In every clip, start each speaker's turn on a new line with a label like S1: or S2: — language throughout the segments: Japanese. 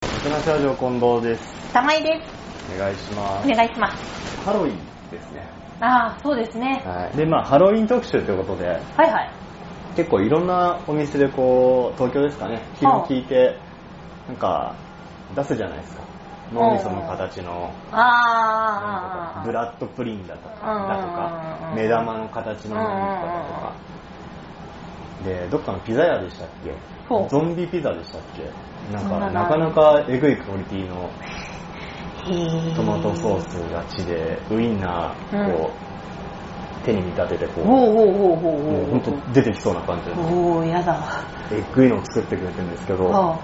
S1: 話ラジオ近藤です。
S2: 玉井です。
S1: お願いしま
S2: お。願いします。
S1: ハロウィンですね。
S2: ああ、そうですね。
S1: はい。で、まあ、ハロウィン特集ということで、
S2: はいはい。
S1: 結構いろんなお店でこう、東京ですかね、気を聞いて、なんか、出すじゃないですか。脳みその形の、
S2: ああ、
S1: ブラッドプリンだとか、だと
S2: うん
S1: か、
S2: うん
S1: 目玉の形の何かだとか。で、どっかのピザ屋でしたっ
S2: ほ
S1: け
S2: う
S1: ゾンビピザでしたっけなん
S2: そん
S1: か、
S2: な
S1: な
S2: な
S1: かなかエグいクオリティの
S2: へえ
S1: トマトソー。スがちで、ウインナーを手に見立てて、こう、
S2: おう
S1: も
S2: おうおうおう
S1: う
S2: おう
S1: ほんと出てきそうな感じで、
S2: おおやだわ。
S1: えっぐいのを作ってくれてるんですけど、
S2: あ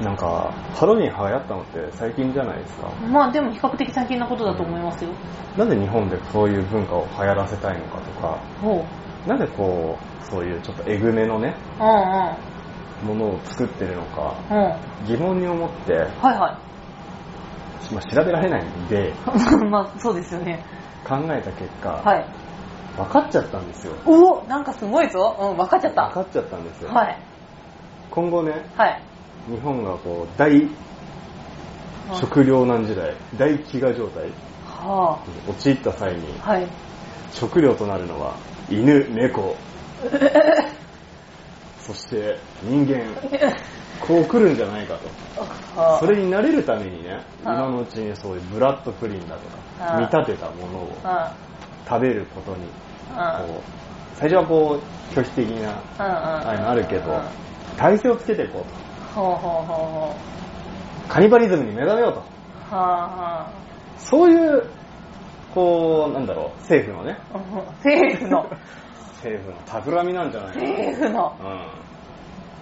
S1: なんか、ハロウィン流行ったのって最近じゃないですか
S2: あ。まあでも比較的最近のことだと思いますよ。
S1: なんで日本でそういう文化を流行らせたいのかとか、
S2: ほう。
S1: なんでこう、そういうちょっとえぐめのね、
S2: うんうん。
S1: ものを作ってるのか、
S2: うん。は
S1: 疑問に思って、
S2: い
S1: ま
S2: は
S1: あ、調べられないんで、
S2: い。まあそうですよね。
S1: 考えた結果、
S2: はい。
S1: 分かっちゃったんですよ。
S2: おおなんかすごいぞ。うん、分かっちゃった。
S1: 分かっちゃったんですよ。
S2: はい。
S1: 今後ね、
S2: はい。
S1: 日本がこう、大
S2: うん
S1: 食糧難時代、大飢餓状態に
S2: は
S1: 陥った際に
S2: あ。、はい。
S1: 食料となるのは犬、 猫、そして人間、こう来るんじゃないかと。
S2: はあ
S1: それに慣れるためにね、
S2: はい
S1: 今のうちにそういうブラッドプリンだとか、
S2: はい
S1: 見立てたものを
S2: う
S1: 食べることに、
S2: ん。うん。
S1: こう、最初はこう、拒否的な、
S2: うんうんうん
S1: あれもあるけ
S2: う
S1: ど
S2: ん、
S1: 体勢をつけていこう
S2: ほうほうほうほ
S1: と。カニバリズムに目覚めようと。
S2: うはあは
S1: そういう、こう、なんだろう、政府のね、
S2: あうん政府の
S1: 政府の企みなんじゃないの
S2: 政府の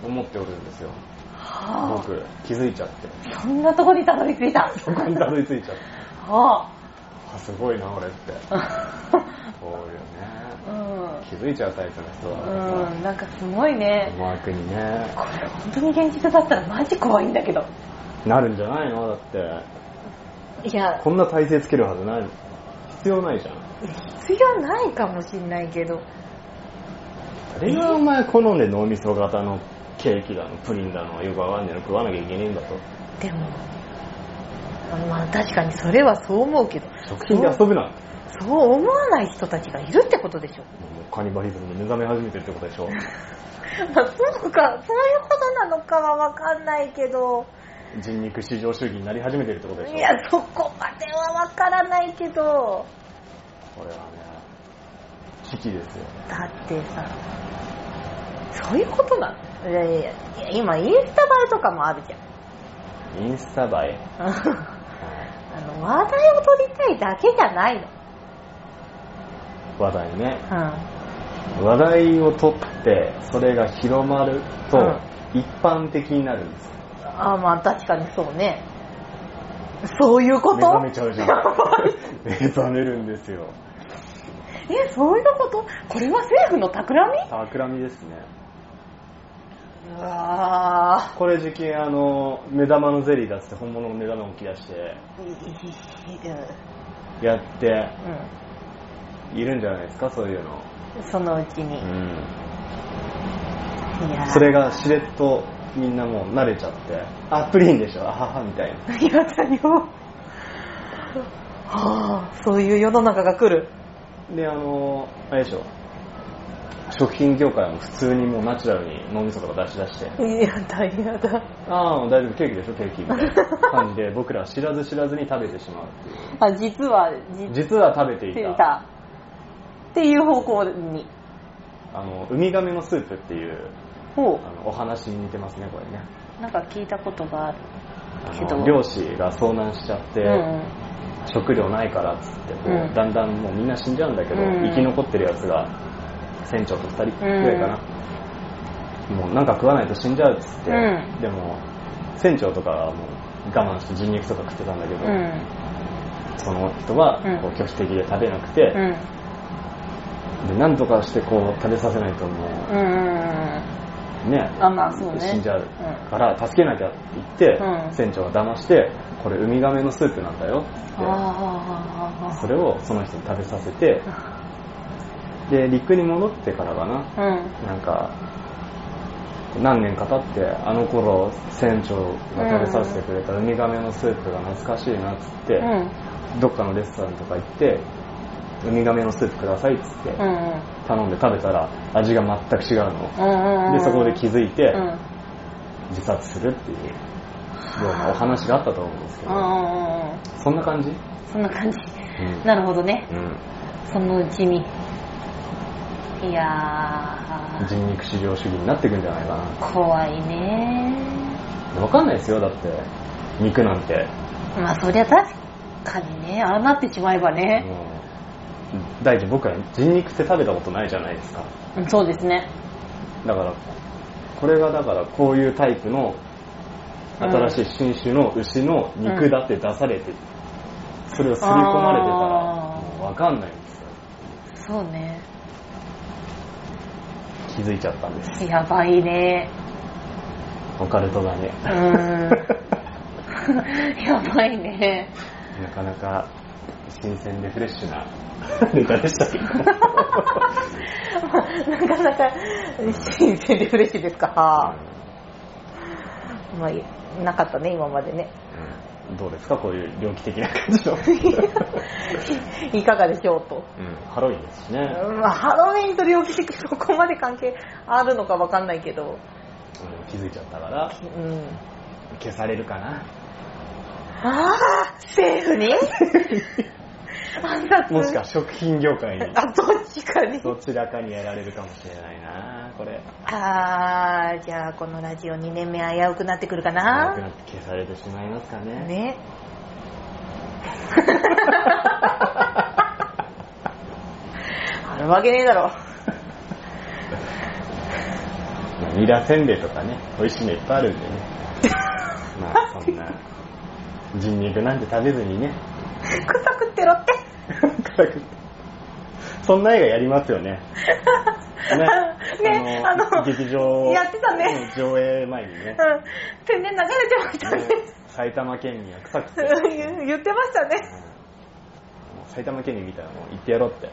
S1: うん。思っておるんですよ。
S2: は
S1: 僕、気づいちゃって。
S2: あそんなとこにたどり着いた
S1: そこにたどり着いちゃって。
S2: は
S1: あ、すごいな、俺って。
S2: あ
S1: こういうね。
S2: うん
S1: 気づいちゃうタイプの人だから
S2: う
S1: さ
S2: んなんかすごいね
S1: 思惑にね、
S2: これ本当に現実だったらマジ怖いんだけど
S1: なるんじゃないのだって。
S2: いや
S1: こんな体勢つけるはずない。必要ないじゃん。
S2: 必要ないかもしんないけど
S1: 誰がお前好んで脳みそ型のケーキだの、プリンだの、よくわかんないの食わなきゃいけねえんだと。
S2: でもまあ確かにそれはそう思うけど
S1: 食品で遊ぶな。も
S2: そう思わない人たちがいるってことでしょ
S1: うカニバリズムに目覚め始めてるってことでしょ。
S2: まあそうかそういうことなのかは分かんないけど
S1: 人肉至上主義になり始めてるってことでしょ。
S2: いや、そこまではわからないけど、
S1: これはね、危機ですよ。
S2: だってさ、そういうことなのいやいやいや、今インスタ映えとかもあるじゃん。
S1: インスタ映え。
S2: あの、話題を撮りたいだけじゃないの。
S1: 話題ね。
S2: う
S1: 話題を取って、それが広まると、
S2: うん
S1: 一般的になるんですよ。
S2: ん。あまあ確かにそうね。そういうこと
S1: 目覚めちゃ うじゃん。目覚めるんですよ。
S2: え、そういうことこれは政府の企み
S1: 企みですね。
S2: うわ
S1: これ時期あの目玉のゼリーだっつって本物の目玉を切らして
S2: ぁ。いいいいうん
S1: やっているんじゃないですかそういうの、
S2: うんそのうち
S1: ん、
S2: に。いやー
S1: それがしれっとみんなもう慣れちゃってあプリンでしょあははみたいな
S2: ありがたいよ。は あ、そういう世の中が来る。
S1: であのあれでしょ食品業界も普通にもうナチュラルに脳みそとか出し出 して
S2: いやだ、いやだ。
S1: ああ大丈夫ケーキでしょケーキみたいな感じで 僕らは知らず知らずに食べてしまうっていう
S2: あ、実は、実
S1: 実は食べてい
S2: てい
S1: た
S2: た。っていう方向に。
S1: あのウミガメのスープっていう
S2: ほ
S1: あのお話に似てますねこれね
S2: う。なんか聞いたことがある。
S1: あ
S2: けど
S1: の漁師が遭難しちゃって、食料ないからっつってこう、
S2: うん
S1: だんだんもうみんな死んじゃうんだけど、
S2: うん
S1: 生き残ってるやつが船長と2人くらいかな、もうなんか食わないと死んじゃうっつって、
S2: う
S1: でも船長とかはもう我慢して人肉とか食ってたんだけど、
S2: うん。
S1: その人は
S2: うん
S1: こう拒否的で食べなくて、
S2: うん。
S1: でなんとかしてこう食べさせないとも
S2: うん。うん。
S1: うね,、
S2: あまあそうね
S1: 死んじゃう
S2: うん
S1: から助けなきゃって言って、
S2: うん
S1: 船長が騙してこれウミガメのスープなんだよっ
S2: あ
S1: て
S2: あ、あ
S1: それをその人に食べさせてで陸に戻ってからかな
S2: あ、ああ。
S1: なんか何年か経ってあの頃船長が食べさせてくれたウミガメのスープが懐かしいなっつって、
S2: うん
S1: どっかのレストランとか行ってウミガメのスープくださいっつって
S2: うん
S1: 頼んで食べたら味が全く違うの、
S2: うんうん
S1: でそこで気づいて
S2: うん
S1: 自殺するっていうようなお話があったと思うんですけ
S2: う
S1: ど、
S2: んうんうん
S1: そんな感じ、
S2: そんな感じ
S1: うん
S2: なるほどね
S1: う
S2: そのうちにいや
S1: ん、
S2: ー
S1: 人肉至上主義になっていくんじゃないか
S2: 怖いね
S1: なわかんないですよだって肉なんて
S2: まあそりゃ確かにねああなってしまえばね、
S1: もう大地僕は人肉って食べたことないじゃないですか
S2: うん、そうですね
S1: だからこれがだからこういうタイプの新しい新種の牛の肉だって出されて、それをすり込まれてたら
S2: あー
S1: もうわかんないんですよ
S2: そうね
S1: 気づいちゃったんです
S2: やばいね
S1: オカルトだね
S2: うーんやばいね
S1: なかなか新鮮でフレッシュなネタでした けど
S2: なかなか新鮮でフレッシュですかはあまあいいなかったね今までね
S1: うんどうですかこういう猟奇的な感じの、
S2: いかがでしょうと
S1: うんハロウィンですしね、
S2: まあ、ハロウィンと猟奇的そこまで関係あるのかわかんないけど、
S1: うん気づいちゃったから
S2: うん。
S1: 消されるかな
S2: ああ、政府に暗 殺
S1: もしくは食品業界 に
S2: あ、どっちかに。
S1: どちらかにやられるかもしれないなこれ
S2: ああ、じゃあこのラジオ2年目危うくなってくるか
S1: なく
S2: な。
S1: なって消されてしまいますかね
S2: ね。あるわけねえだろ。
S1: まあニラせんべいとかね美味しいのいっぱいあ るんでねまあそんな人肉なんて食べずにね
S2: くさくってろって。
S1: そんな映画やりますよ ねね
S2: ねあの
S1: 劇場
S2: やってた
S1: う
S2: ね
S1: ん上映前 にね
S2: うん。天然流れちゃいましたね
S1: ね。埼玉県民は臭くて、
S2: 言言ってました
S1: うん
S2: ね。
S1: もう埼玉県民見たらもう行ってやろうって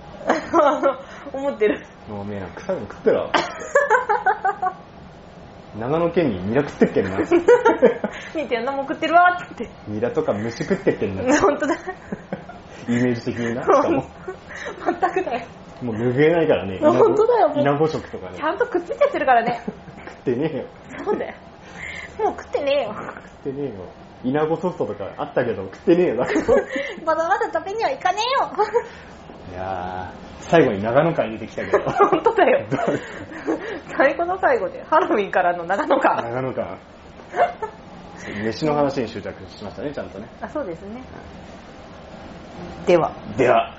S2: 思ってる。
S1: もうおめえら臭いの食って ろ長野県民ニラ食ってっけんな
S2: 見て、何も食ってるわーって言っ
S1: ニラとか虫食ってっけんなイ
S2: て。本当だ。
S1: メージ的になしかも
S2: 全くだよ。
S1: もう拭えないからね稲
S2: 本当だよもう
S1: 稲穂食とかね
S2: ちゃんとくっついちゃってるからね。
S1: 食ってねえよ
S2: そうだよ。もう食ってねえよ。
S1: 食ってねえよ稲穂ソフトとかあったけど食ってねえよだ けどい
S2: まだまだ食べにはいかねえよ。
S1: やー最後に長野会出てきたけど
S2: 本当だよ。最後の最後で、ハロウィンからの長野か。
S1: 長野館 飯の話に執着し ましたねちゃんとね
S2: あ、そうですね。では。
S1: では